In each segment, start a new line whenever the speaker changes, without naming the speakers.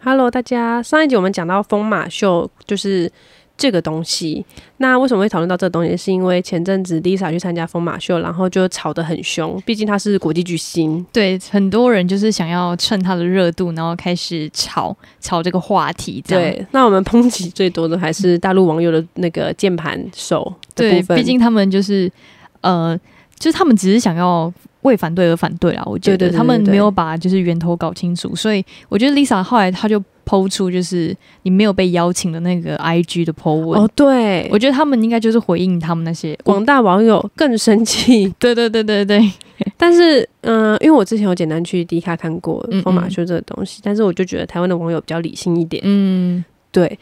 Hello，大家，上一集我们讲到疯马秀，就是这个东西。那为什么会讨论到这个东西？是因为前阵子 Lisa 去参加疯马秀，然后就吵得很凶，毕竟她是国际巨星。
对，很多人就是想要趁它的热度，然后开始炒炒这个话题，这样。
对，那我们抨击最多的还是大陆网友的那个键盘手的部分。
毕竟他们就是呃，就是他们只是想要为反对而反对啦。我觉
对对
得
对
他们
对对
没有把就是源头搞清楚，所以我觉得 Lisa 后来她就抛出就是你没有被邀请的那个 IG 的 po 文。
哦，对
我，觉得他们应该就是回应他们那些
广大网友更生 气。
对对对对对，
但是，嗯、因为我之前有简单去迪卡看过
嗯嗯
疯马秀这个东西，但是我就觉得台湾的网友比较理性一点。
嗯，
对，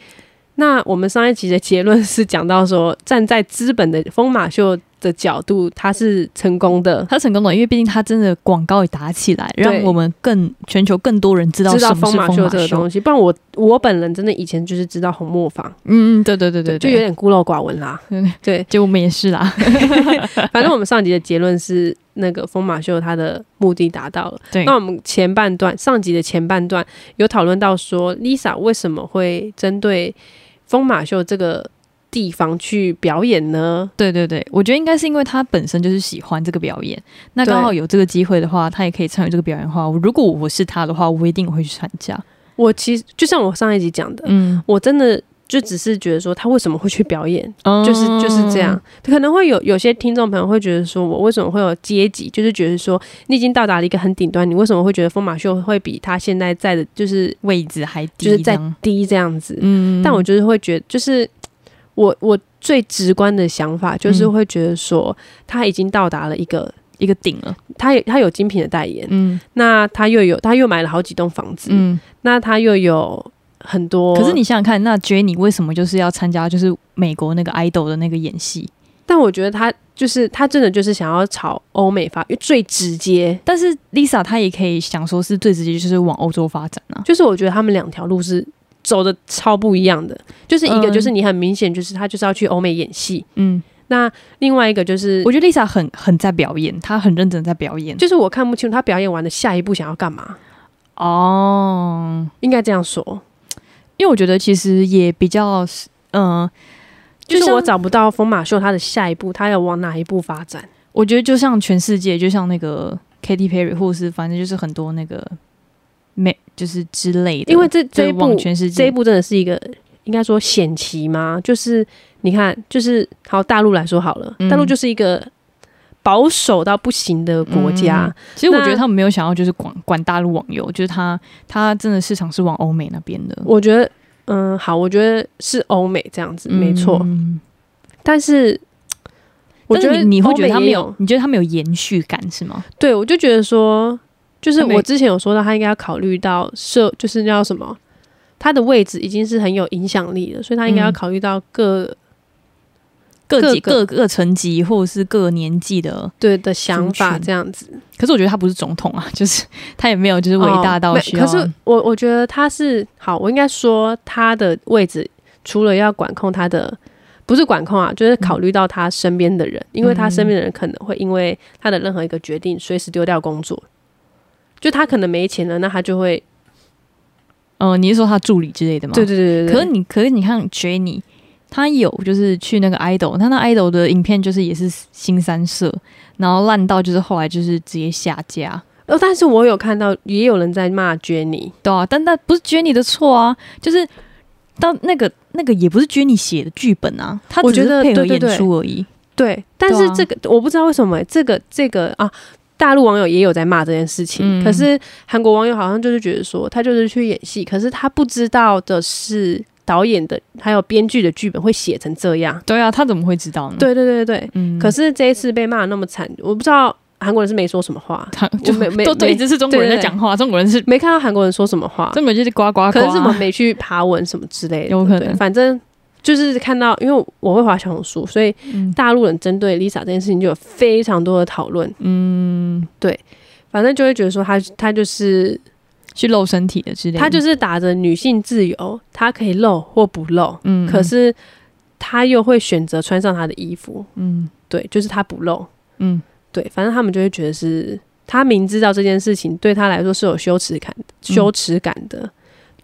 那我们上一集的结论是讲到说，站在资本的疯马秀的角度，它是成功的，
他成功了，因为毕竟他真的广告也打起来，
对
让我们更全球更多人知道
知
什
道
么
疯
是
马
风
秀
马
这个
秀。
东西。不然我我本人真的以前就是知道红磨坊，
嗯嗯，对对对对，
就有点孤陋寡闻啦。
点，
对，
就我们也是 啦，
反正我们上集的结论是，那个疯马秀它的目的达到了。
对
那我们前半段上集的前半段有讨论到说，Lisa 为什么会针对疯马秀这个地方去表演呢？
对对对，我觉得应该是因为他本身就是喜欢这个表演，那
对
刚好有这个机会的话，他也可以参与这个表演的话，如果我是他的话，我一定会去参加。
我其实就像我上一集讲的，
嗯，
我真的就只是觉得说，他为什么会去表演，
嗯
就是
哦
就是这样。。可能会有有些听众朋友会觉得说，我为什么会有阶级？就是觉得说，你已经到达了一个很顶端，你为什么会觉得疯马秀会比他现在在的就是
位置还低，
就是在
这样
低这样子？
嗯，
但我就是会觉得，就是我我最直观的想法就是会觉得说，他已经到达了一个。
一个顶了，
他有他有精品的代言，
嗯
那他又有他又买了好几栋房子，
嗯。
那他又有很多。
可是你想想看，那 Jenny 为什么就是要参加就是美国那个 idol 的那个演戏？
但我觉得他就是他真的就是想要朝欧美发，因为最直接。
但是 Lisa 她也可以想说是最直接就是往欧洲发展啊。
就是我觉得他们两条路是走的超不一样的，就是一个
嗯
就是你很明显就是他就是要去欧美演戏，
嗯，
那另外一个就是
我觉得 Lisa 很很在表演，她很认真在表演。
就是我看不清楚他表演完的下一步想要干嘛，
哦，
应该这样说。
因为我觉得其实也比较，嗯、
就
就是
我
像
找不到风马秀他的下一步，他要往哪一步发展？
我觉得就像全世界，就像那个 Katy Perry，或是反正就是很多那个美，就是之类的。
因为这
就
这一步
往全世
这一
界，
步真的是一个应该说险棋吗？就是你看，就是好大陆来说好了，
嗯
大陆就是一个保守到不行的国家，
嗯其实我
那
觉得他们没有想要就是管管大陆网游，就是他他真的市场是往欧美那边的，
我觉得。嗯，好，我觉得是欧美这样子，没错。
嗯
但是，我
但
觉
是
得
你你会觉得
欧
他
美
没
也
有，，你觉得他没有延续感是吗？
对我就觉得说，就是
他没
我之前有说到，他应该要考虑到社，就是叫什么，他的位置已经是很有影响力了，所以他应该要
嗯
考虑到各
各级
各
各个层级或者是各年纪的，
对的想法
群
这样子。
可是我觉得他不是总统啊， 就是他也没有就是伟大
哦
到
没
需要。
可是我我觉得他是好，我应该说他的位置除了要管控他的。不是管控啊，就是
嗯
考虑到他身边的人，因为他身边的人可能会因为他的任何一个决定，随时丢掉工作。就他可能没钱了，那他就会，
嗯、你是说他助理之类的吗？
对对对对对。
哦可是你，可是你看 Jenny，她有就是去那个 idol，她那 idol 的影片就是也是新三社，然后烂到就是后来就是直接下架，
哦，但是我有看到也有人在骂 Jenny，
对啊，但那不是 Jenny 的错啊，就是到那个那个也不是 Jenny 写的剧本啊，她
我
只
觉
是
得
配合
对对
演
对
出而已。
对，但
对
是
啊
这个、我不知道为什么、这个这个啊，大陆网友也有在骂这件事情，
嗯
可是韩国网友好像就是觉得说他就是去演戏，可是他不知道的是导演的还有编剧的剧本会写成这样。
对啊，她怎么会知道呢？，
对对对对对，
嗯，
可是这一次被骂得那么惨，我不知道韩国人是没说什么话，
她
我
就
没没
都都一
没
直是中国人在讲话，中国人是
没看到韩国人说什么话，
中国人就是呱呱呱，啊
可能是我没去爬文什么之类的，
有可能
对反正。就是看到，因为我会滑小红书，所以
嗯
大陆人针对 Lisa 这件事情就有非常多的讨论，
嗯
反正就会觉得说她她就是
去露身体的之类的，
她就是是打着女性自由，她可以露或不露，
嗯
可是她又会选择穿上她的衣服，
嗯
对，就是她不露，
嗯
对，反正他们就会觉得
嗯
是她明知道这件事情对她来说是有羞耻感、羞耻感的，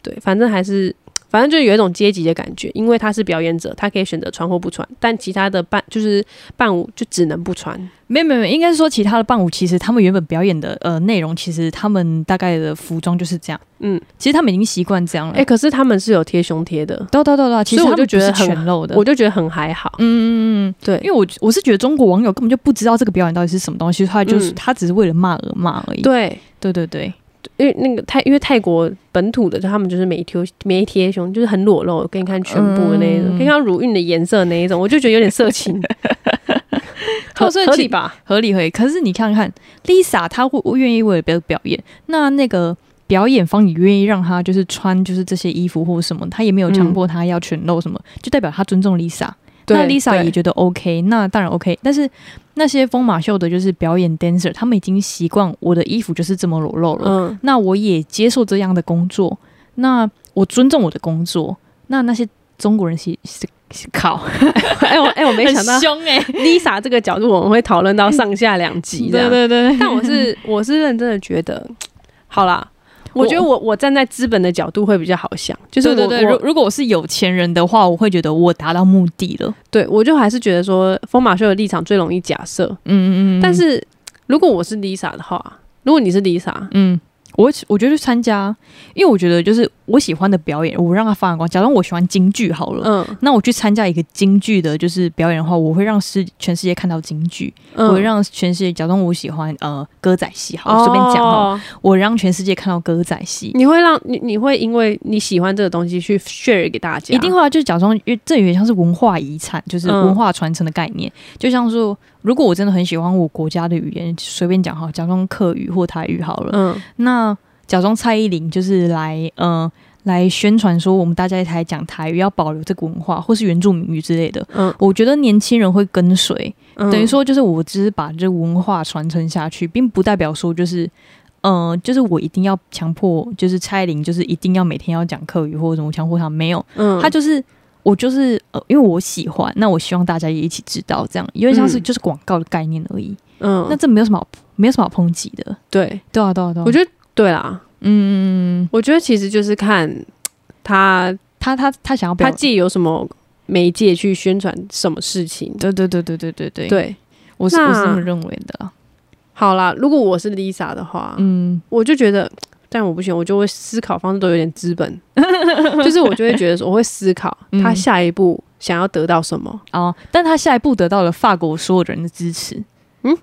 对，反正还是。反正就有一种阶级的感觉，因为他是表演者，他可以选择穿或不穿，但其他的伴就是伴舞就只能不穿。
没有没有，没有应该是说其他的伴舞，其实他们原本表演的呃内容，其实他们大概的服装就是这样。
嗯，
其实他们已经习惯这样了。
哎、可是他们是有贴胸贴的，
对对对对，其实
所以我
他们
就觉得
不是
很
全露的。
我就觉得很还好。
嗯嗯嗯，
对
嗯，因为我我是觉得中国网友根本就不知道这个表演到底是什么东西，他就是、
嗯
他只是为了骂而骂而已。
对，
对对对，
因为那个泰，因为泰国本土的，就他们就是没贴没贴胸，就是很裸露，给你看全部的那一种，
嗯
给你看乳晕的颜色那一种，我就觉得有点色 情，合
哦所以
合
其
理吧？
合理合理。可是你看看 Lisa，她会愿意为了表表演，那那个表演方也愿意让她就是穿就是这些衣服或什么，她也没有强迫她要全露什么，就代表她尊重 Lisa。那 Lisa 也觉得 OK，那当然 OK。但是那些疯马秀的，就是表演 dancer，他们已经习惯我的衣服就是这么裸露了。
嗯，
那我也接受这样的工作，那我尊重我的工作。那那些中国人是是是靠，
哎、我哎、我没想到
很凶哎、
Lisa 这个角度，我们会讨论到上下两集的。
对对对，
但我 是我是认真的觉得，好啦，我
我
觉得我我站在资本的角度会比较好想，就是
对
我
对对。
我
如如果我是有钱人的话，我会觉得我达到目的了。
对我就还是觉得说疯马秀的立场最容易假设，
嗯嗯嗯。
但是如果我是 Lisa 的话，如果你是 Lisa，
嗯，我会我觉得去参加，因为我觉得就是我喜欢的表演，我让它发扬光。假如我喜欢京剧好了，
嗯，
那我去参加一个京剧的，就是表演的话，我会让世全世界看到京剧，
嗯
我会让全世界，假装我喜欢呃歌仔戏，
哦
好，
嗯
我随便讲哈，我让全世界看到歌仔戏，
你会让你你会因为你喜欢这个东西去 share 给大家，
一定会啊就假装，因为这有点像是文化遗产，就是
嗯
文化传承的概念，就像说，如果我真的很喜欢我国家的语言，随便讲哈，假装客语或台语好了，
嗯
那假装蔡依林就是来呃。来宣传说我们大家一起来讲台语，要保留这个文化，或是原住民语之类的。
嗯，
我觉得年轻人会跟随，
嗯
等于说就是我只是把这文化传承下去，并不代表说就是。呃，就是我一定要强迫，就是蔡依林，就是一定要每天要讲课语或者什么强迫他没有，
嗯
他就是我就是呃，因为我喜欢，那我希望大家也一起知道，这样有点像是
嗯
就是广告的概念而已。
嗯
那这没有什么好没有什么好抨击的，
对，
对啊，对啊，对
我
啊。得，
觉得对啦，
嗯，
我觉得其实就是看他
他他他想要表
他，借由什么媒介去宣传什么事情，
对对对对对对对，
对，
我是我是
那
这么认为的啦。
好啦，如果我是 Lisa 的话，
嗯，
我就觉得。但我不行，我就会思考方式都有点资 本，就是我就会觉得说，我会思考
嗯
他下一步想要得到什么，
哦，但他下一步得到了法国所有人的支持。
嗯，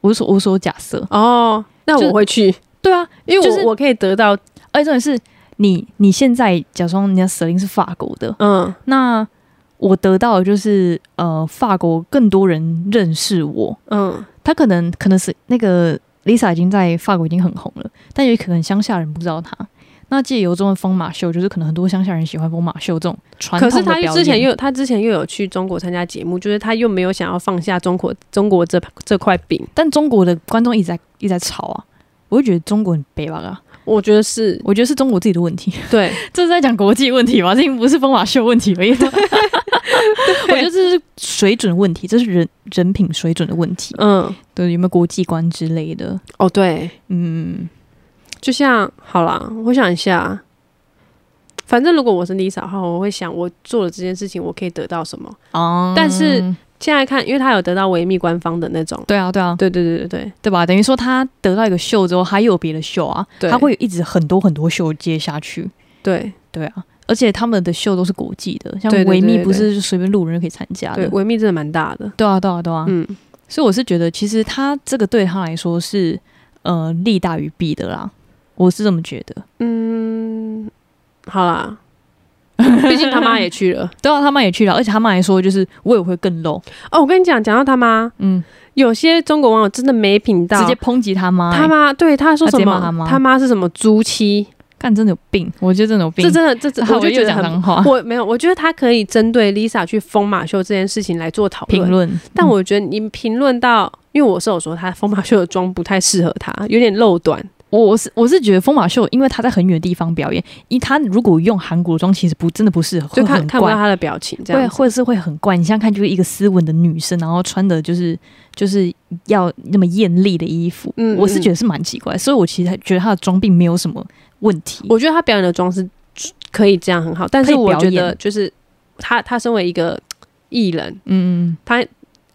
我所我所假设，
哦，那
就
我会去，
对啊，
因为我、
就是
我可以得到，
而且重点是你你现在假装人家舍令是法国的，
嗯
那我得到的就是呃法国更多人认识我，
嗯
他可能可能是那个 Lisa 已经在法国已经很红了，但也可能乡下人不知道她。那借由这种疯马秀，就是可能很多乡下人喜欢疯马秀这种传
可
统
是
的表
他
演。
之前又他之前又有去中国参加节目，就是他又没有想要放下中国中国这这块饼，
但中国的观众一直在一直在吵啊，我就觉得中国很悲吧啊。
我觉得是
我觉得是中国自己的问题，
对，
这是在讲国际问题吗？这已经不是风马秀问题而 已。我觉得这是水准问题，这是人人品水准的问题，
嗯，
呃对，有没有国际观之类的？
哦对，
嗯，
就像好啦，我想一下，反正如果我是 Lisa 的话，我会想我做了这件事情，我可以得到什么？
哦
但是现在看，因为他有得到维密官方的那种，
对啊，对啊，
对对对对对，
对吧？等于说他得到一个秀之后，他又有别的秀啊，
对
他会一直很多很多秀接下去，
对
对啊。而且他们的秀都是国际的，像
对对对
维密
对
不是随便路人就可以参加
对，
的，
维密真的蛮大的，
对啊，对啊，对啊。
嗯
所以我是觉得，其实他这个对他来说是呃利大于弊的啦，我是这么觉得。
嗯，好啦， 毕竟他妈也去了。
对啊，他妈也去了，而且他妈还说，就是我也会更 low，
哦，我跟你讲，讲到他妈，
嗯，
有些中国网友真的没品到，
直接抨击啊他妈、欸，
他妈对他说
他直
什
接
么
骂他妈
他妈是什么猪妻，
干真的有病，我觉得真的有病。
这真的这真
然后
我就
又
觉得
讲
很。
脏话，
我没有，我觉得他可以针对 Lisa 去疯马秀这件事情来做讨
评
论，
论，嗯
但我觉得你评论到，因为我是有说他疯马秀的妆不太适合他，有点露短，
我我是我是觉得疯马秀，因为他在很远的地方表演，因他如果用韩国妆，其实不真的不适合，
就
会
看
很
看不到
怪，
他的表情这
会
样子。
会是会很怪。你想想看，就是一个斯文的女生，然后穿的就是就是要那么艳丽的衣服，
嗯
我是
嗯
觉得是蛮奇怪，所以我其实觉得她的妆并没有什么问题。
我觉得他表演的妆是可以这样很好，但是
可以
我
表
觉
演
得就是他他身为一个艺人，
嗯，
他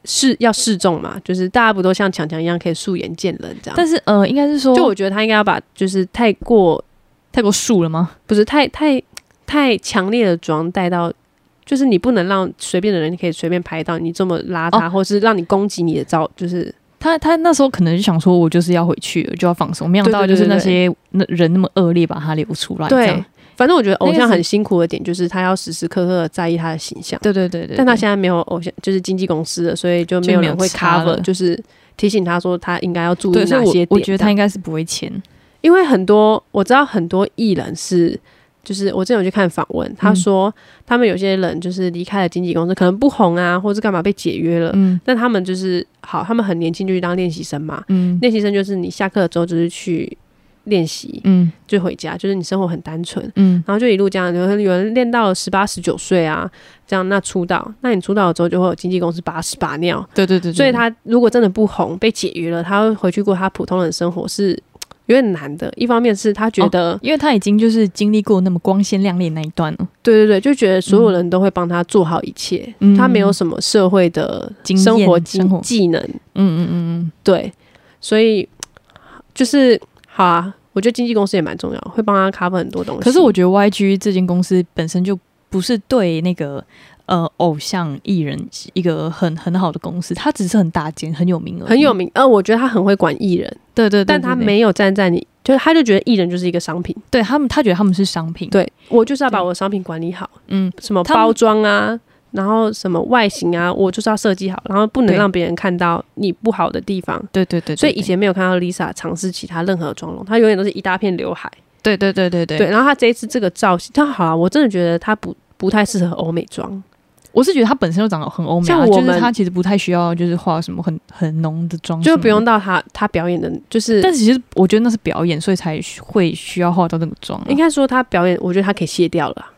是要示众嘛，就是大家不都像强强一样可以素颜见人这样。
但是呃，应该是说
就我觉得他应该要把就是太过
太过素了吗？
不是太太太强烈的妆带到，就是你不能让随便的人可以随便拍到你这么邋
哦
遢，或是让你攻击你的照，就是
他他那时候可能就想说，我就是要回去了，就要放松，没想到
对
就
对
是那
对
些那人那么恶劣把他流出来，这
对
样。
反正我觉得偶
那个
像
是
很辛苦的点就是他要时时刻刻的在意他的形象，
对对对对，
但他
对
现在没有偶像，就是经纪公司了，所以就没
就
有
没
人
有
会
差
cover，
了
就是提醒他说他应该要注意
对，所
哪
以
些点。
我我觉得
这
他
样
应该是不会签，
因为很多我知道很多艺人是，就是我之前有去看访问，他
嗯
说、他们有些人就是离开了经纪公司，可能不红啊，或是干嘛被解约了，
嗯
但他们就是好，他们很年轻就去当练习生嘛。
嗯
练习生就是你下课了之后就是去练习，
嗯
就回家，就是你生活很单纯，
嗯，
然后就一路这样，有人有人练到十八、十九岁啊，这样那出道，那你出道了之后就会有经纪公司把屎把尿，
对对对，对
所以他如果真的不红被解约了，他会回去过他普通人的生活是有点难的。一方面是他觉得，
因为他已经就是经历过那么光鲜亮丽那一段了，
对对对，就觉得所有人都会帮他做好一切，
嗯
他没有什么社会的
经验
生活技
生活
技能，
嗯嗯嗯
对，所以就是好啊，我觉得经纪公司也蛮重要，会帮他 cover 很多东
嗯。
西。
可是我觉得 YG 这间公司本身就不是对那个呃偶像艺人一个很很好的公司，它只是很大间很有名而已，
很有名，呃，我觉得他很会管艺人，
嗯对对，对
但
对
他
对
没有站在你，就是他就觉得艺人就是一个商品，
对他们，他觉得他们是商品，，
对我就是要把
对
我的商品管理好，
嗯，
什么
他们
包装啊。然后什么外形啊，我就是要设计好，然后不能
对
让别人看到你不好的地方。
对对对，对
所以
对
以前没有看到 Lisa 尝试其他任何妆容，她永远都是一大片刘海。
对对对对对，
对，然后她这一次这个造型，她好啊，我真的觉得她不不太适合欧美妆。
我是觉得他本身就长得很欧美、啊，
像我们
就是他其实不太需要就是化什么很很浓的妆，
就不用。到他他表演的，就是
嗯但其实我觉得那是表演，所以才会需要化到那个妆啊、
应该说他表演，我觉得他可以卸掉了啊，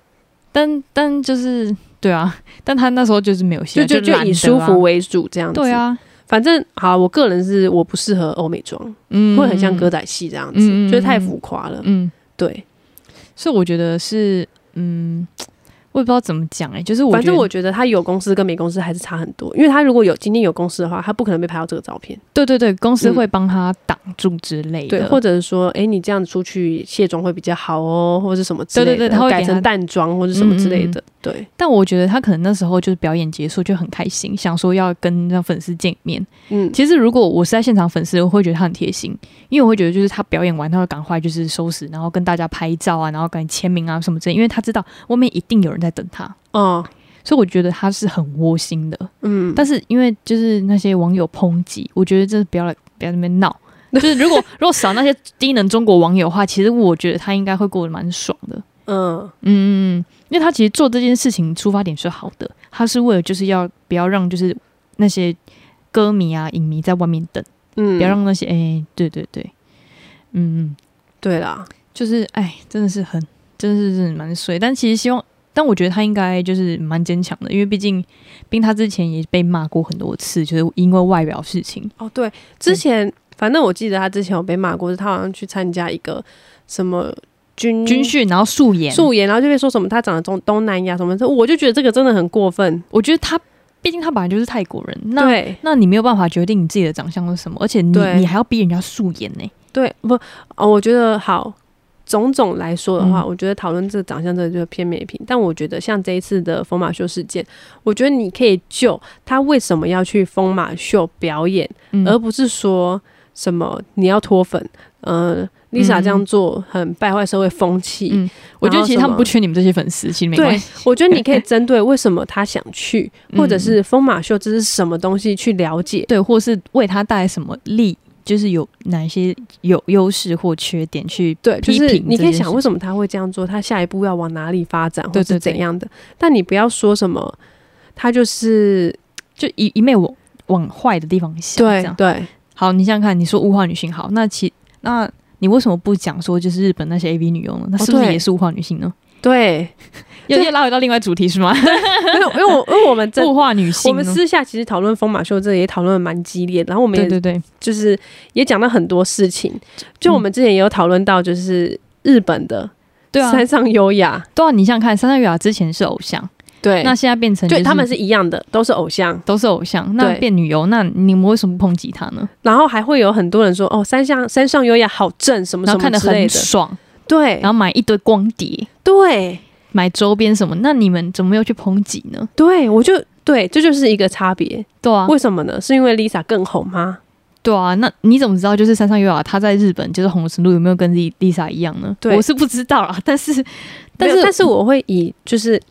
但但就是对啊， 但他那时候就是没有卸，
就就
懒得
以
啊
舒服为主这样子。
对，啊，
反正好，我个人是我不适合欧美妆，
嗯，
会很像歌仔戏这样子，
嗯嗯嗯
就是太浮夸了。
嗯，
对，
所以我觉得是嗯，我也不知道怎么讲哎、就是我
反正
觉得
我觉得他有公司跟没公司还是差很多，因为他如果有今天有公司的话，他不可能被拍到这个照片，
对对对，公司
嗯
会帮他挡住之类的，
对，或者是说，哎、你这样子出去卸妆会比较好哦，或者是什么之类的，
对对对他会给
改
他
成淡妆或者什么之类的，对，
但我觉得他可能那时候就是表演结束就很开心，想说要跟让粉丝见面。
嗯，
其实如果我是在现场粉丝，我会觉得他很贴心，因为我会觉得就是他表演完，他会赶快就是收拾，然后跟大家拍照啊，然后赶紧签名啊什么之类，因为他知道外面一定有人在等他，
哦，
所以我觉得他是很窝心的。
嗯，
但是因为就是那些网友抨击，我觉得这不要来不要在那边闹。就是如果如果少那些低能中国网友的话，其实我觉得他应该会过得蛮爽的。
嗯，
嗯，因为他其实做这件事情出发点是好的，他是为了就是要不要让就是那些歌迷啊、影迷在外面等，
嗯，
不要让那些哎、对对对，嗯，
对啦，
就是哎，真的是很，真的是蛮衰。但其实希望，但我觉得他应该就是蛮坚强的，因为毕竟，毕竟他之前也被骂过很多次，就是因为外表事情。
哦，对，之前、反正我记得他之前有被骂过，是他好像去参加一个什么军
军训，然后素颜，
嗯素颜，然后就被说什么他长得中东南亚什么的，我就觉得这个真的很过分。
我觉得他，毕竟他本来就是泰国人，那
对
那你没有办法决定你自己的长相是什么，而且你
对
你还要逼人家素颜呢、
对，不哦，我觉得好。种种来说的话，
嗯
我觉得讨论这个长相这个就是偏美评，但我觉得像这一次的疯马秀事件，我觉得你可以就他为什么要去疯马秀表演，
嗯
而不是说什么你要脱粉，呃，Lisa 这样做很败坏社会风气，
嗯我觉
然
得
后
其实他
什
们
么
不缺你们这些粉丝，其实没关
对
系。，
我觉得你可以针对为什么他想去，
嗯
或者是疯马秀这是什么东西去了解。
对，或是为他带来什么利，就是有哪些有优势或缺点去
对，就
批
是
评
你
这
可以
件
想
事
为什么他会这样做，他下一步要往哪里发展，或
对
是
对对
怎样的。但你不要说什么，他就是
就一一昧往往坏的地方想。这
对
样啊
对，
好，你想想看，你说物化女性好，那其那。你为什么不讲说就是日本那些 AV 女优呢？那是不
哦
是
对
也是物化女 性呢？
对，
又又拉回到另外主题是吗？
因为因为我因为我们真
物化女性
我
呢，
们私下其实讨论疯马秀这也讨论得蛮激烈的，然后我们
对
也
对对，
就是也讲到很多事情，就我们之前也有讨论到，就是日本的
对啊，
山上优雅，
对啊，你想想看，三上优雅之前是偶像，
对
那现在变成、就
对
是、
他们是一样的，都是偶像。
都是偶像，那
对
变女优，那你们为什么不抨击她呢？
然后还会有很多人说，哦，山上山上优雅好正，什么
然
什
后看
么
得
之类
很
的，
爽，
对
然后买一堆光碟，
对
买周边什么，那你们怎么没有去抨击呢？
对，我就对，这就是一个差别。
对啊，
为什么呢？是因为 Lisa 更红吗？
对啊，那你怎么知道就是山上优雅她在日本就是红的程度有没有跟 Li- Lisa 一样呢？
对
我是不知道啦， 但是但
但是
是
但是我会以就是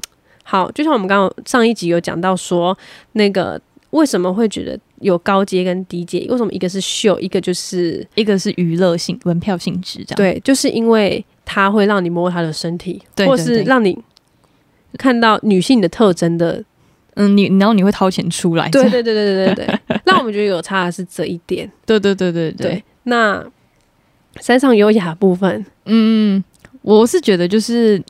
好，就像我们刚刚上一集有讲到说，那个为什么会觉得有高阶跟低阶？为什么一个是秀，一个就是
一个是娱乐性、门票性质这样，
对，就是因为它会让你摸她的身体，
对
或
对
是
对
让你看到女性的特征的。
嗯，你然后你会掏钱出来，
对
哎这样
对对对对对 对，让我们觉得有差的是这一点。
对对对对
对，那山上优雅部分，
嗯，我是觉得就是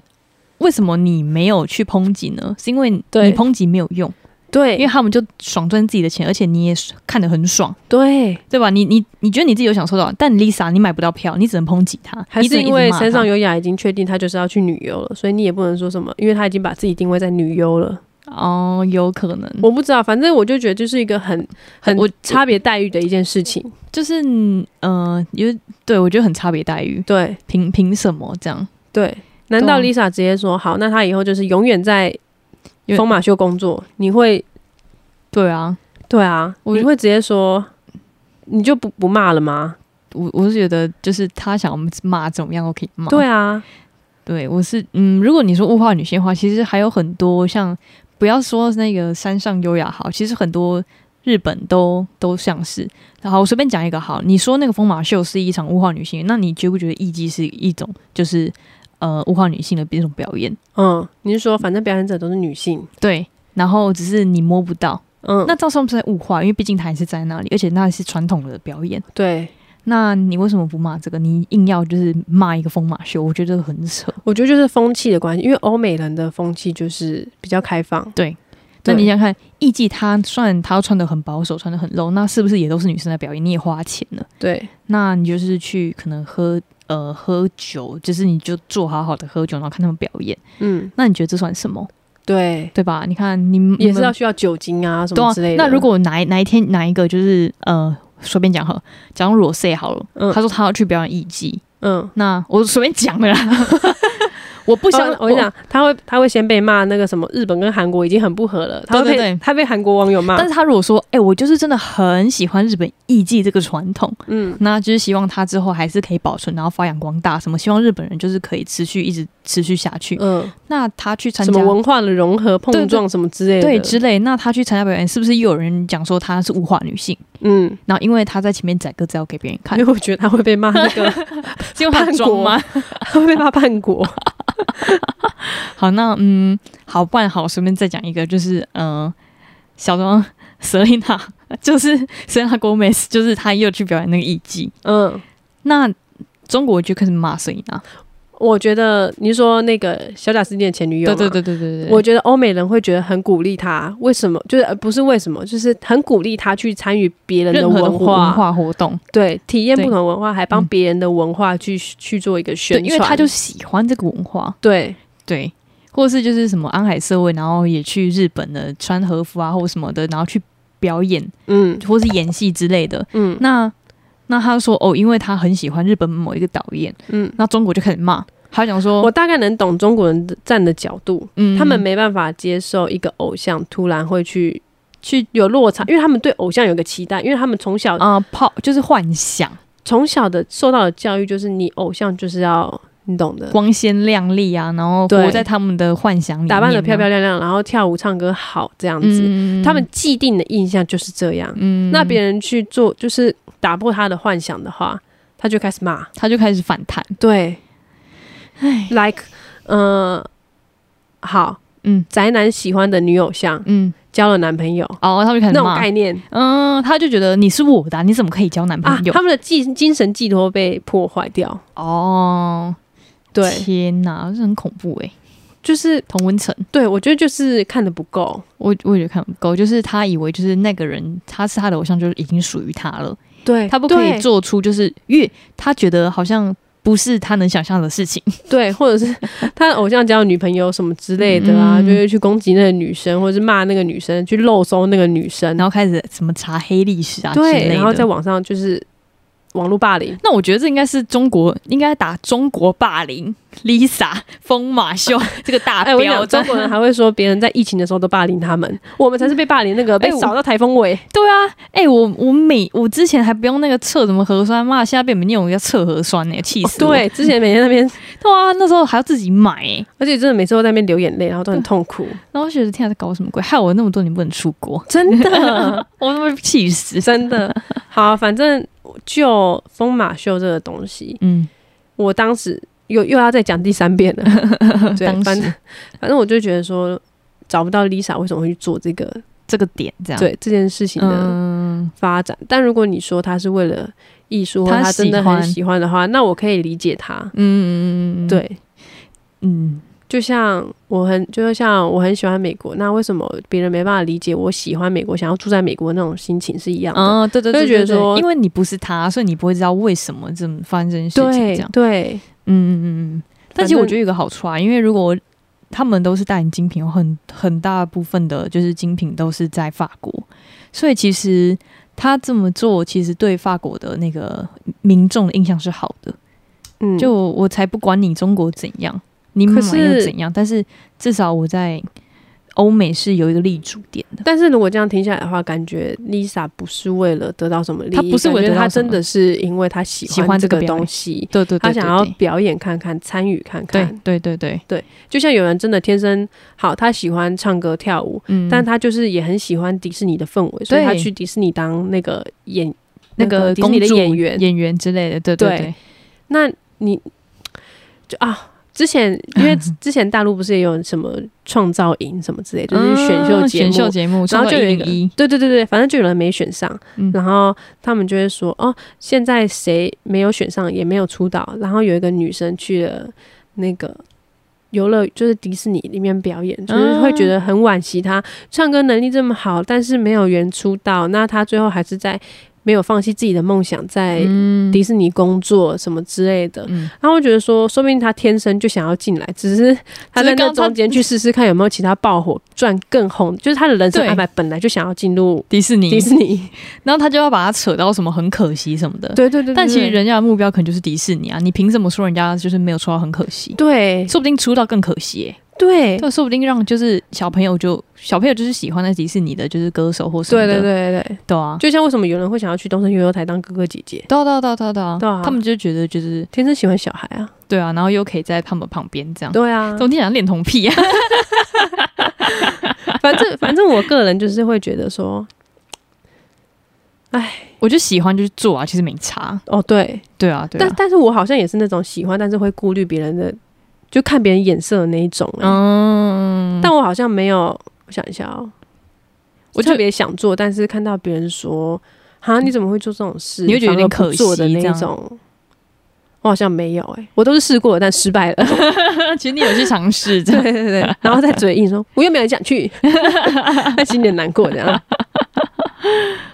为什么你没有去抨击呢？是因为你
对
抨击没有用，
对，
因为他们就爽赚自己的钱，而且你也看得很爽，
对，
对吧？你你你觉得你自己有享受到，但 Lisa 你买不到票，你只能抨击他，
还
你只
是
能一
因
直
为
骂
山
他
上优雅已经确定她就是要去女优了，所以你也不能说什么，因为她已经把自己定位在女优了。
哦，有可能
我不知道，反正我就觉得就是一个很嗯很
我
差别待遇的一件事情。
就是嗯呃，有对我觉得很差别待遇，
对
凭凭什么这样？
对，难道
对
Lisa 直接说好，那她以后就是永远在
因为
疯马秀工作？你会
对啊，
对啊，
我
你会直接说，你就不不骂了吗？
我我是觉得就是他想骂怎么样都可以骂，
对啊，
对，我是嗯，如果你说物化女性的话，其实还有很多像，不要说那个山上优雅好，其实很多日本都都像是。然后我随便讲一个好，你说那个疯马秀是一场物化女性，那你觉不觉得艺妓是一种就是呃物化女性的一种表演？
嗯，你是说反正表演者都是女性，
对，然后只是你摸不到，
嗯，
那照算不是在物化？因为毕竟它还是在那里，而且那是传统的表演。
对，
那你为什么不骂这个？你硬要就是骂一个疯马秀，我觉得很扯。
我觉得就是风气的关系，因为欧美人的风气就是比较开放。
那
对
你想看艺妓，她虽然她穿的很保守，穿的很露，那是不是也都是女生在表演？你也花钱了，
对
那你就是去可能喝呃喝酒，就是你就做好好的喝酒，然后看他们表演。
嗯，
那你觉得这算什么？
对，
对吧？你看你们
也是要需要酒精啊什
嗯对啊
么之类的。
那如果哪一哪一天哪一个就是呃随便讲哈，讲 Rose 好了，
嗯
他说他要去表演艺妓，
嗯，
那我随便讲的 啦。我不哦
不
相，
哦我跟你讲，他会他会先被骂那个什么日本跟韩国已经很不合了，他会
对
被
对对
他被韩国网友骂
但。是他如果
啊
说，哎、我就是真的很喜欢日本艺妓这个传统，
嗯，
那就是希望它之后还是可以保存，然后发扬光大，什么希望日本人就是可以持续一直持续下去。
嗯，
那他去参
什
加
么文化的融合
对
碰
对
撞什么之类的。
对之类，那他去参加表演，是不是又有人讲说他是物化女性？
嗯，
然后因为他在前面载歌载舞给别 人看
因为，我觉得他会被骂那 个，
结果他
叛
装
国
吗？
他会被骂叛国。
好，那嗯，好，不然好，随便再讲一个，就是嗯、呃，小 庄 Selina，就是 Selina Gomez，就是他又去表演那个艺妓，
嗯，
那中国就开始骂 Selina，
我觉得你说那个小贾斯汀的前女友，
对对。对对对对，
啊我觉得欧美人会觉得很鼓励他，为什么？就是、呃、不是为什么，就是很鼓励他去参与别人的
任何的
文
活文化活动。
对，体验
对
不同文化，还帮
嗯
别人的文化去、去做一个宣
对，
传，
因为他就喜欢这个文化，
对
对，或是就是什么安海社会，然后也去日本的穿和服啊，或什么的，然后去表演
嗯
或是演戏之类的。
嗯
那那他说哦，因为他很喜欢日本某一个导演，
嗯，
那中国就开始骂，他讲说
我，大概能懂中国人的站的角度，
嗯
他们没办法接受一个偶像突然会去去有落差，因为他们对偶像有个期待，因为他们从小
啊泡、就是幻想
从、小的受到的教育就是你偶像就是要你懂的，
光鲜亮丽啊，然后
对
活在他们的幻想里面，
打扮的漂漂
亮
亮亮，然后跳舞唱歌好这样子，
嗯
他们既定的印象就是这样。
嗯
那别人去做就是打破他的幻想的话，他就开始骂，
他就开始反弹，
对。
唉，
like，呃，好，
嗯
宅男喜欢的女偶像
嗯，
交了男朋友
哦，他们就开
那
始
种
骂，
概念
嗯，他就觉得你是我的啊、你怎么可以交男
啊
朋，友？
他们的寄精神寄托被破坏掉。
哦，
对，
天哪，这很恐怖哎、
就是
童文成，
对我觉得就是看的不够，
我我也看不够，就是他以为就是那个人，他是他的偶像，就是已经属于他了，
对
他不可以
对
做出就是越他觉得好像不是他能想象的事情。
对， 或者 是他的偶像交了女朋友什么之类的啊，
嗯
就会去攻击那个女生，或者是骂那个女生，去漏搜那个女生，
然后开始什么查黑历史啊之类
对，
的。
然后在网上就是网络霸凌，
那我觉得这应该是中国应该打中国霸凌，Lisa 疯马 秀这个大
哎、我跟你
标
讲，
准
中国人还会说别人在疫情的时候都霸凌他 们，我们才是被霸凌那个被
哎我
扫到台风 尾。
对啊，哎、我我每我之前还不用那个测什么核酸嘛，现在被你们念我要测核酸呢、气死我！
对，之前每天那边，
对啊，那时候还要自己买、欸，
而且真的每次都在那边流眼泪，然后都很痛 苦，
然后我觉得天啊，在搞什么鬼？害我那么多年不能出国，
真的，
我他妈气 死！
真的。好，反正就疯马秀这个东西，
嗯，
我当时又又要再讲第三遍 了。对，
当
反正
时
反正我就觉得说。找不到 Lisa 为什么会去做这个
这个点这样，，
对这件事情的
嗯，
发展？但如果你说他是为了艺术，或
他
他真的
喜欢
很喜欢的话，那我可以理解他。
嗯，
对，
嗯，
就像我很，就像我很喜欢美国，那为什么别人没办法理解我喜欢美国，想要住在美国那种心情是一样的？
嗯，对对对，
就觉得
对对
说
因为你不是他，所以你不会知道为什么这么发生这件事情，
对
这样，
对，
嗯嗯嗯嗯。但其
反
实
正
我觉得有一个好处啊，因为如果他们都是代言精品，有很很大部分的就是精品都是在法国，所以其实他这么做，其实对法国的那个民众的印象是好的。
嗯，
就我才不管你中国怎样，你买
可是
又怎样，但是至少我在欧美是有一个立足点的。
但是如果这样听下来的话，感觉 Lisa 不是为了得到什么利益，
她不是为了得到
她
什么
真的是因为她喜
喜欢
这
这
个
个表演
东西，
对对对
她
对
想要
对
表演看看，参与看看。
对对对对，
就像有人真的天生好，他喜欢唱歌跳舞，
嗯，
但他就是也很喜欢迪士尼的氛围，所以
对
他去迪士尼当那个演
那个
迪士尼
公
的
主
演员，
演员之类的，对对
对
对，
那你就啊，之前因 为之前大陆不是也有什么创造营什么之类，就是选秀
嗯
节目。
选秀节目，
然后就有一
一
个
一，
对对对对，反正就有人没选上，
嗯
然后他们就会说哦，现在谁没有选上，也没有出道，然后有一个女生去了那个游乐，就是迪士尼里面表演，就是会觉得很惋惜她，唱歌能力这么好，但是没有人出道，那她最后还是在没有放弃自己的梦想，在
嗯
迪士尼工作什么之类的，
嗯
然后我觉得说，说不定他天生就想要进来，只是他在那中间去试试看有没有其他爆火赚更红，就是他的人生
对
安排本来就想要进入
迪士尼，
迪士尼。
然后他就要把它扯到什么很可惜什么的。
对对对
但其实人家的目标可能就是迪士尼啊，你凭什么说人家就是没有出道很可惜？
对
说不定出道更可惜、欸，
对对
对，说不定让就是小朋友就小朋友就是喜欢那迪士尼的，就是歌手或什么
对
的，
对对对，
对啊，
就像为什么有人会想要去东森幼幼台当哥哥姐姐，
对啊对啊对啊对啊对啊，
对啊
他们就觉得就是
天生喜欢小孩啊？
对啊，然后又可以在他们旁边这样，
对啊，
总体讲恋童癖啊，
反正反正我个人就是会觉得说，
我就喜欢就去做啊，其实没差，
哦对，
对啊对
但
啊，
但是我好像也是那种喜欢，但是会顾虑别人的，就看别人眼色的那一种、欸。
嗯，
但我好像没有，我想一下哦、我
我就
特别想做，但是看到别人说“哈，你怎么会做这种事”，
你会觉得有点
反而
可
不
惜
做的那
这样
种，我好像没有哎、我都是试过了，但失败了。
其实你有去尝试这
对
样，
对对， 然后再嘴硬说“我又没有很想去”， 那心里很难过这样。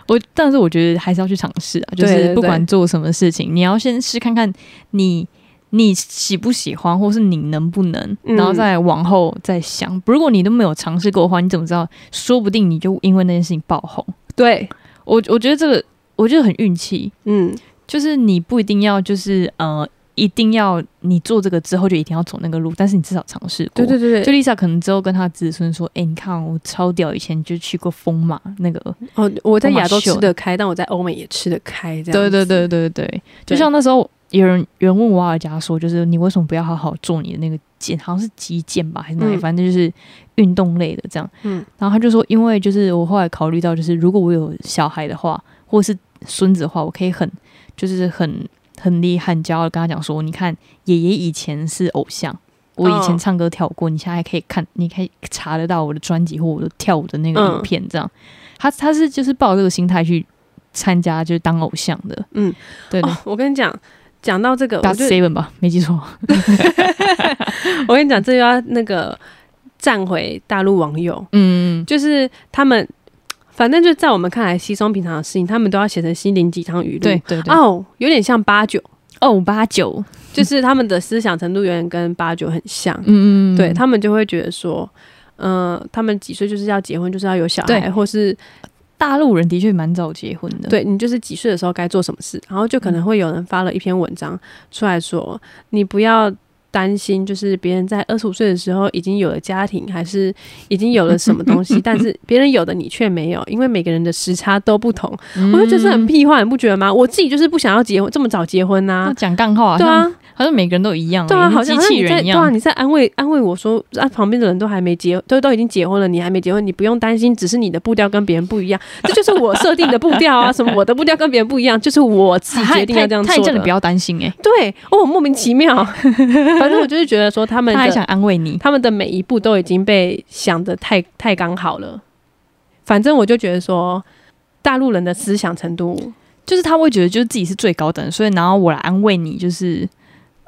我但是我觉得还是要去尝试啊，就
对对
是
对
不管做什么事情，你要先试看看你你喜不喜欢，或是你能不能，
嗯
然后再往后再想。如果你都没有尝试过的话，你怎么知道？说不定你就因为那件事情爆红。
对，
我我觉得这个我觉得很运气，
嗯，
就是你不一定要就是呃。一定要你做这个之后就一定要走那个路，但是你至少尝试过。
对对对
就
对，
Lisa 可能之后跟她子孙说：“哎、你看我超屌，以前就去过疯马那个
哦，我在
我蛮
亚洲
秀
吃
的
得开，但我在欧美也吃得开，这样。哦
对对，对对对，就
对
像那时候有人有人问瓦尔加说，就是你为什么不要好好做你的那个健，好像是击剑吧，还是哪里，
嗯
反正就是运动类的这样。
嗯
然后他就说，因为就是我后来考虑到，就是如果我有小孩的话，或是孙子的话，我可以很就是很很厉害，很骄傲地跟他讲说，你看爷爷以前是偶像，我以前
哦
唱歌跳过，你现在还可以看，你可以查得到我的专辑或我的跳舞的那个影
嗯
片，这样。他他是就是抱这个心态去参加，就是当偶像的，
嗯，
对对
哦，我跟你讲，讲到这个，
打
我就
seven 吧，没记错，
我跟你讲，这就要那个站回大陆网友，
嗯，
就是他们，反正就在我们看来稀松平常的事情，他们都要写成心灵鸡汤语录。
对，对对，
哦，有点像八九，
哦八九，
就是他们的思想程度有点跟八九很像。
嗯嗯，
对他们就会觉得说，嗯，他们几岁就是要结婚，就是要有小
对
孩，或是
大陆人的确蛮早结婚的，，
对你就是几岁的时候该做什么事，然后就可
嗯
能会有人发了一篇文章出来说，你不要担心，就是别人在二十五岁的时候已经有了家庭，还是已经有了什么东 西，但是别人有的你却没有，因为每个人的时差都不同。
嗯
我就觉得这很屁话，你不觉得吗？我自己就是不想要结婚，这么早结婚呐、
那讲干话，
对啊，，
好像每个人都一样，欸
对啊，好像
哦机
好像
器
你在
人一
对啊，
样，
你在安慰安慰我说，啊，旁边的人都还没结，都都已经结婚了，你还没结婚，你不用担心，只是你的步调跟别人不一样，这就是我设定的步调啊，什么我的步调跟别人不一样，就是我自己决定要这样
他也
做
叫你不
的。
要担心哎，
对，哦，莫名其妙，反正我就是觉得说他们
他还想
的
安慰你，
他们的每一步都已经被想的太太刚好了，反正我就觉得说大陆人的思想程度，
就是他会觉得就是自己是最高等，所以然后我来安慰你，就是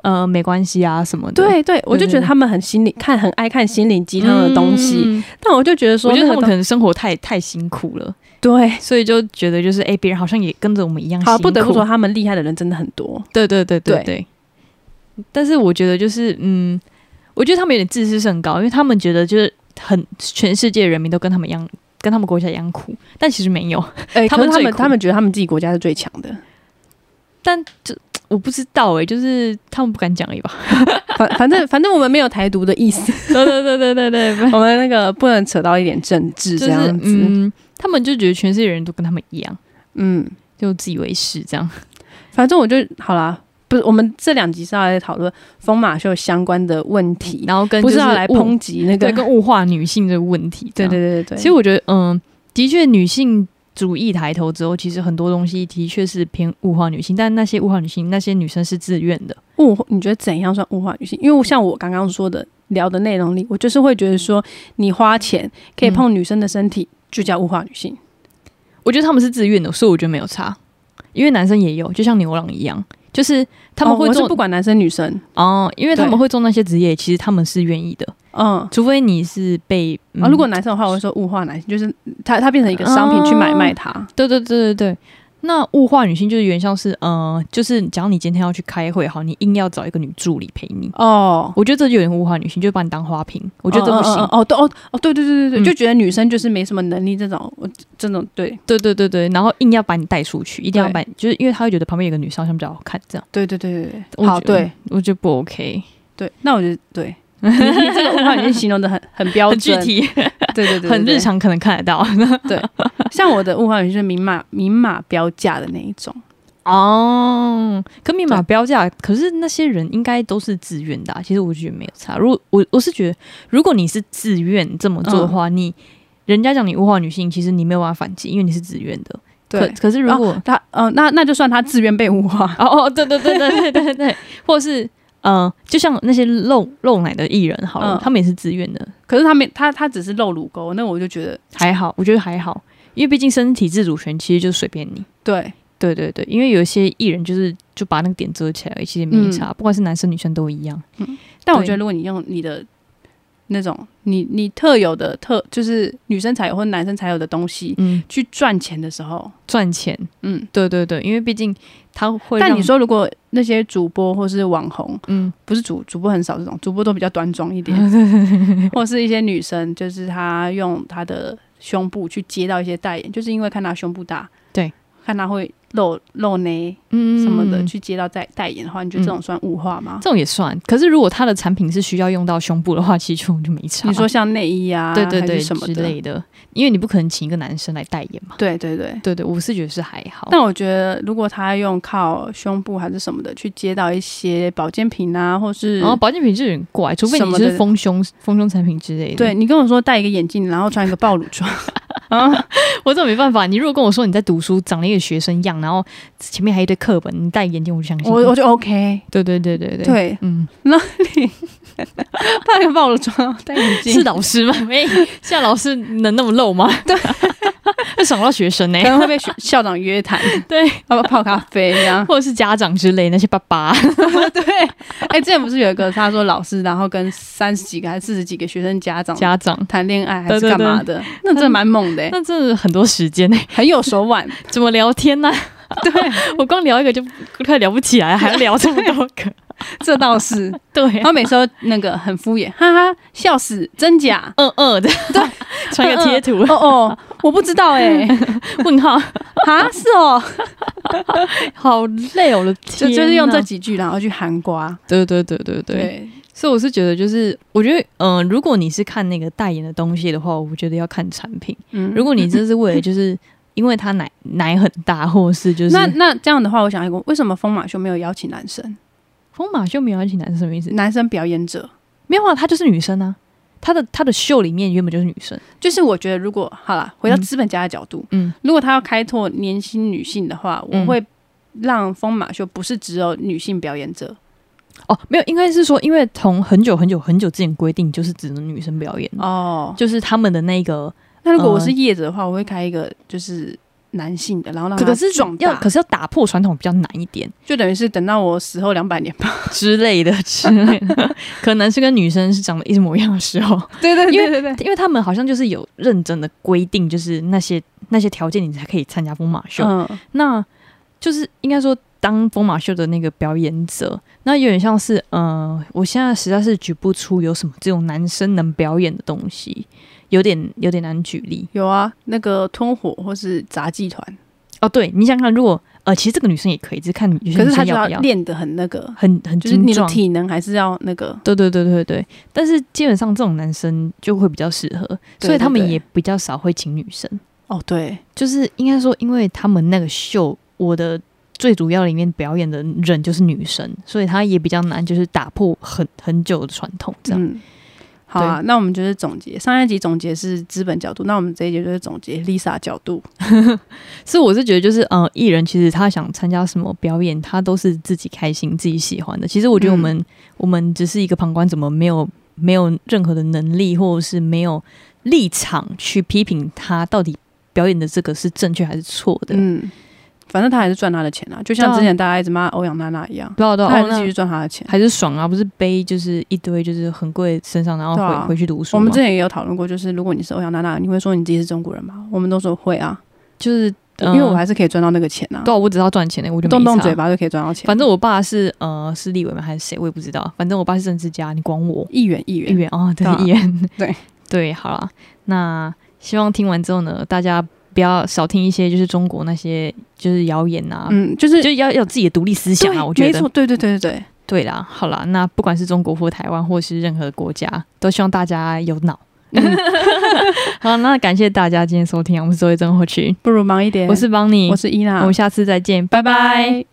呃没关系啊什么的，
对对，我就觉得
对对
他们很心灵看很爱看心灵鸡
嗯，
汤的东西，
嗯。嗯嗯
但我就觉得说
我觉
那个
得他们可
东，
能生活太太辛苦了，
对。
所以就觉得就是哎，别人好像也跟着我们一样辛
好，
苦。
不得不说，，他们厉害的人真的很多。
对对对对
对
对。但是我觉得就是嗯，我觉得他们有点自视甚高，因为他们觉得就是很全世界人民都跟他们一样，跟他们国家一样苦，但其实没有。
哎
他
他们
们
他
最
们
酷
他们觉得他们自己国家是最强的，
但这我不知道哎、就是他们不敢讲而已吧。
反反正反正我们没有台独的意 思，
对对对对对 对，
我们那个不能扯到一点政治
就
这
是
样子。
嗯，他们就觉得全世界人都跟他们一样，
嗯，
就自以为是这样。
反正我就好啦。不是，我们这两集是要来讨论疯马秀相关的问题，
然后跟
嗯不是
就
要来
物
抨击那个。
啊对跟物化女性这个问题这
对
样。
对对对，
其实我觉得，嗯，的确女性。主义抬头之后，其实很多东西的确是偏物化女性，但那些物化女性，那些女生是自愿的。
物化，你觉得怎样算物化女性？因为像我刚刚说的聊的内容里，我就是会觉得说，你花钱可以
嗯
碰女生的身体，就叫物化女性。
我觉得他们是自愿的，所以我觉得没有差，哦因为男生也有，就像牛郎一样，就是他们
哦
会
我
做
是不管男生女生，
哦因为他们
对
会做那些职业，其实他们是愿意的。
嗯，
除非你是被、嗯
啊，如果男生的话，我会说物化男性，就是他他变成一个商品去买卖它。
对对对对对，那物化女性就是有点像是呃，就是假如你今天要去开会，好，你硬要找一个女助理陪你，
哦，
我觉得这就有点物化女性，就把你当花瓶，我
我
觉得这不行。
哦，哦对哦哦，对对对对对，
嗯
就觉得女生就是没什么能力这种，我这种对
对对对对，然后硬要把你带出去，一定要
对
把你，就是因为他会觉得旁边有个女生好像比较好看，这样
对对对对
我
对，好
觉得
对
我觉得不 OK，
对，那我觉得对。你你这个物化女性形容的很很标
很具
准，
体，
对对对，对
很日。常，可能看 得到。
对像我的物化女性就是明码明码标价的那一种，
哦，可明码
对
标价，可是那些人应该都是自愿的啊、其实我觉得没有差。如果我我是觉得，如果你是自愿这么做的
嗯
话，你人家讲你物化女性，其实你没有办法反击，因为你是自愿的。可
对，啊
可是如果
她呃，那那就算她自愿被物化，
哦哦，对对对对对对对对，或是呃，就像那些露露奶的艺人好了，
嗯
他们也是自愿的，
可是她没她她只是露乳沟，那我就觉得
还好，我觉得还好，因为毕竟身体自主权其实就随便你。
对
对对对，因为有一些艺人就是就把那个点遮起来而已，其实没
嗯
差，不管是男生女生都一样。
但我
对
觉得，如果你用你的那种你你特有的特，就是女生才有或男生才有的东西
嗯，
去赚钱的时候，
赚钱。
嗯。
对对对，因为毕竟他会让。
但你说，如果那些主播或是网红，
嗯，
不是主主播很少这种，主播都比较端庄一点， 或是一些女生，就是她用她的胸部去接到一些代言，就是因为看她胸部大，
对，
看她会露露内
嗯
什么的、
嗯嗯嗯
去接到代代言的话，你觉得这种算物化吗？
这种也算。可是如果他的产品是需要用到胸部的话，其实就就没差。
你说像内衣啊，
对对对
还是什么
之
的，
类的，因为你不可能请一个男生来代言嘛。
对对对。
对对，我是觉得是还好。
但我觉得，如果他用靠胸部还是什么的去接到一些保健品啊，或是、
然后哦保健品就有点怪，除非
什
你
么
就是
的
丰胸丰胸产品之类的。
对，你跟我说戴一个眼镜，然后穿一个暴露 装啊，
我这没办法。你如果跟我说你在读书，长了一个学生样，然后前面还有一堆课本，你戴眼镜，我就相信你。
我我就 OK。
对对对对对，
对，
嗯，
那
怕人把我的妆戴眼镜
是老师 吗？哎、现在老师能那么露吗？ 对，爽到学生呢、欸
可能会被学校长约 谈，
对，
要不要泡咖啡这样？
或者是家长之类那些爸 爸，
对，哎、之前不是有一个他说老师，然后跟三十几个还是四十几个学生家长
家长，
谈恋爱还是干嘛的？那真的蛮猛的、欸，
那真的很多时间呢、欸
很有手 腕。
怎么聊天呢、对 我光聊一个就快聊不起来，还要聊这么 多嗯个，
这倒是。
对
然，后每次都那个很敷衍，哈哈，笑死，真假？
嗯嗯的，
对，
传个贴图
哦，哦，我不知道哎、
问号，
啊，是哦，
好累哦，我的
就
天呐，
就是用这几句，然后去含瓜。
对对对对对，
对，
所以我是觉得，就是我觉得，嗯、如果你是看那个代言的东西的话，我觉得要看产品。
嗯
如果你真是为了就是 因为它奶奶很大，或是就是
那那这样的话，我想一个，为什么风马秀没有邀请男生？
风马秀没有邀请男生什么意思？
男生表演者，
没有啊，她就是女生啊，她的她的秀里面原本就是女生，
就是我觉得如果好了，回到资本家的角度，
嗯，
如果他要开拓年轻女性的话，
嗯
我会让风马秀不是只有女性表演者
哦，没有，应该是说，因为从很久很久很久之前规定，就是只能女生表演，
哦。
嗯就是他们的那个，
那如果我是业者的话，我会开一个就是男性的，然后让
可
他
是
啊壮
要
大，
可是要打破传统比较难一点
就等于是等到我死后两百年吧。
之类的之类的， 可能是跟女生是长得一模一样的时候，
对对
对
对对对，
因为他们好像就是有认真的规定，就是那些那些条件你才可以参加疯马秀。
嗯，
那就是应该说，当疯马秀的那个表演者，那有点像是，呃，我现在实在是举不出有什么这种男生能表演的东西，有点有点难举例。
有啊，那个吞火或是杂技团，
哦，对，你想想看，如果呃，其实这个女生也可以，只是看有些
可
女
是他
生
就
要
要
不要，
练得很那个，
很很
就是
精
你的
壮。
体能还是要那个。
对对对对对，但是基本上这种男生就会比较适合，
对
所以他
对
们
对
也比较少会请女生。
哦，对，
就是应该说，因为他们那个秀，我的最主要里面表演的人就是女生，所以她也比较难，就是打破很很久的传统这样。
嗯，好啊，那我们就是总结上一集总结是资本角度，那我们这一集就是总结 Lisa 角度。
所以我是觉得，就是呃，艺人其实他想参加什么表演，他都是自己开心、自己喜欢的。其实我觉得我们、
嗯
我们只是一个旁观者，怎么没有没有任何的能力，或者是没有立场去批评他到底表演的这个是正确还是错的。
嗯，反正他还是赚他的钱啊，就像
对啊
之前大家一直骂欧阳娜娜一样，
不知道
他
到
还
哦，
是继
那
续赚他的钱。
还是爽啊，不是背就是一堆就是很贵的身上，然后回、
对啊
回去读书
我
吗。
们之前也有讨论过，就是如果你是欧阳娜娜，你会说你自己是中国人吗？我们都说会啊，
就是、
因为我还是可以赚到那个钱啊，
嗯对啊、我只知道赚钱的，我就没
动动
差
嘴。巴就可以赚到钱。
反正我爸是呃是立委吗还是谁，我也不知道。反正我爸是政治家，你管我
一元一
议
元，
员哦，对
对啊
议员，
对
对，好啦。那希望听完之后呢，大家不要少听一些就是中国那些就是谣言啊，
嗯，就是
就要要有自己的独立思想
对，
啊。我觉
没
得
错，对对对对对，
对啦，好啦，那不管是中国或台湾或是任何国家，都希望大家有脑。好，那感谢大家今天收听啊，我们是周一真后去，
不如忙一点。
我是邦尼，
我是伊娜，
我们下次再见，
拜拜。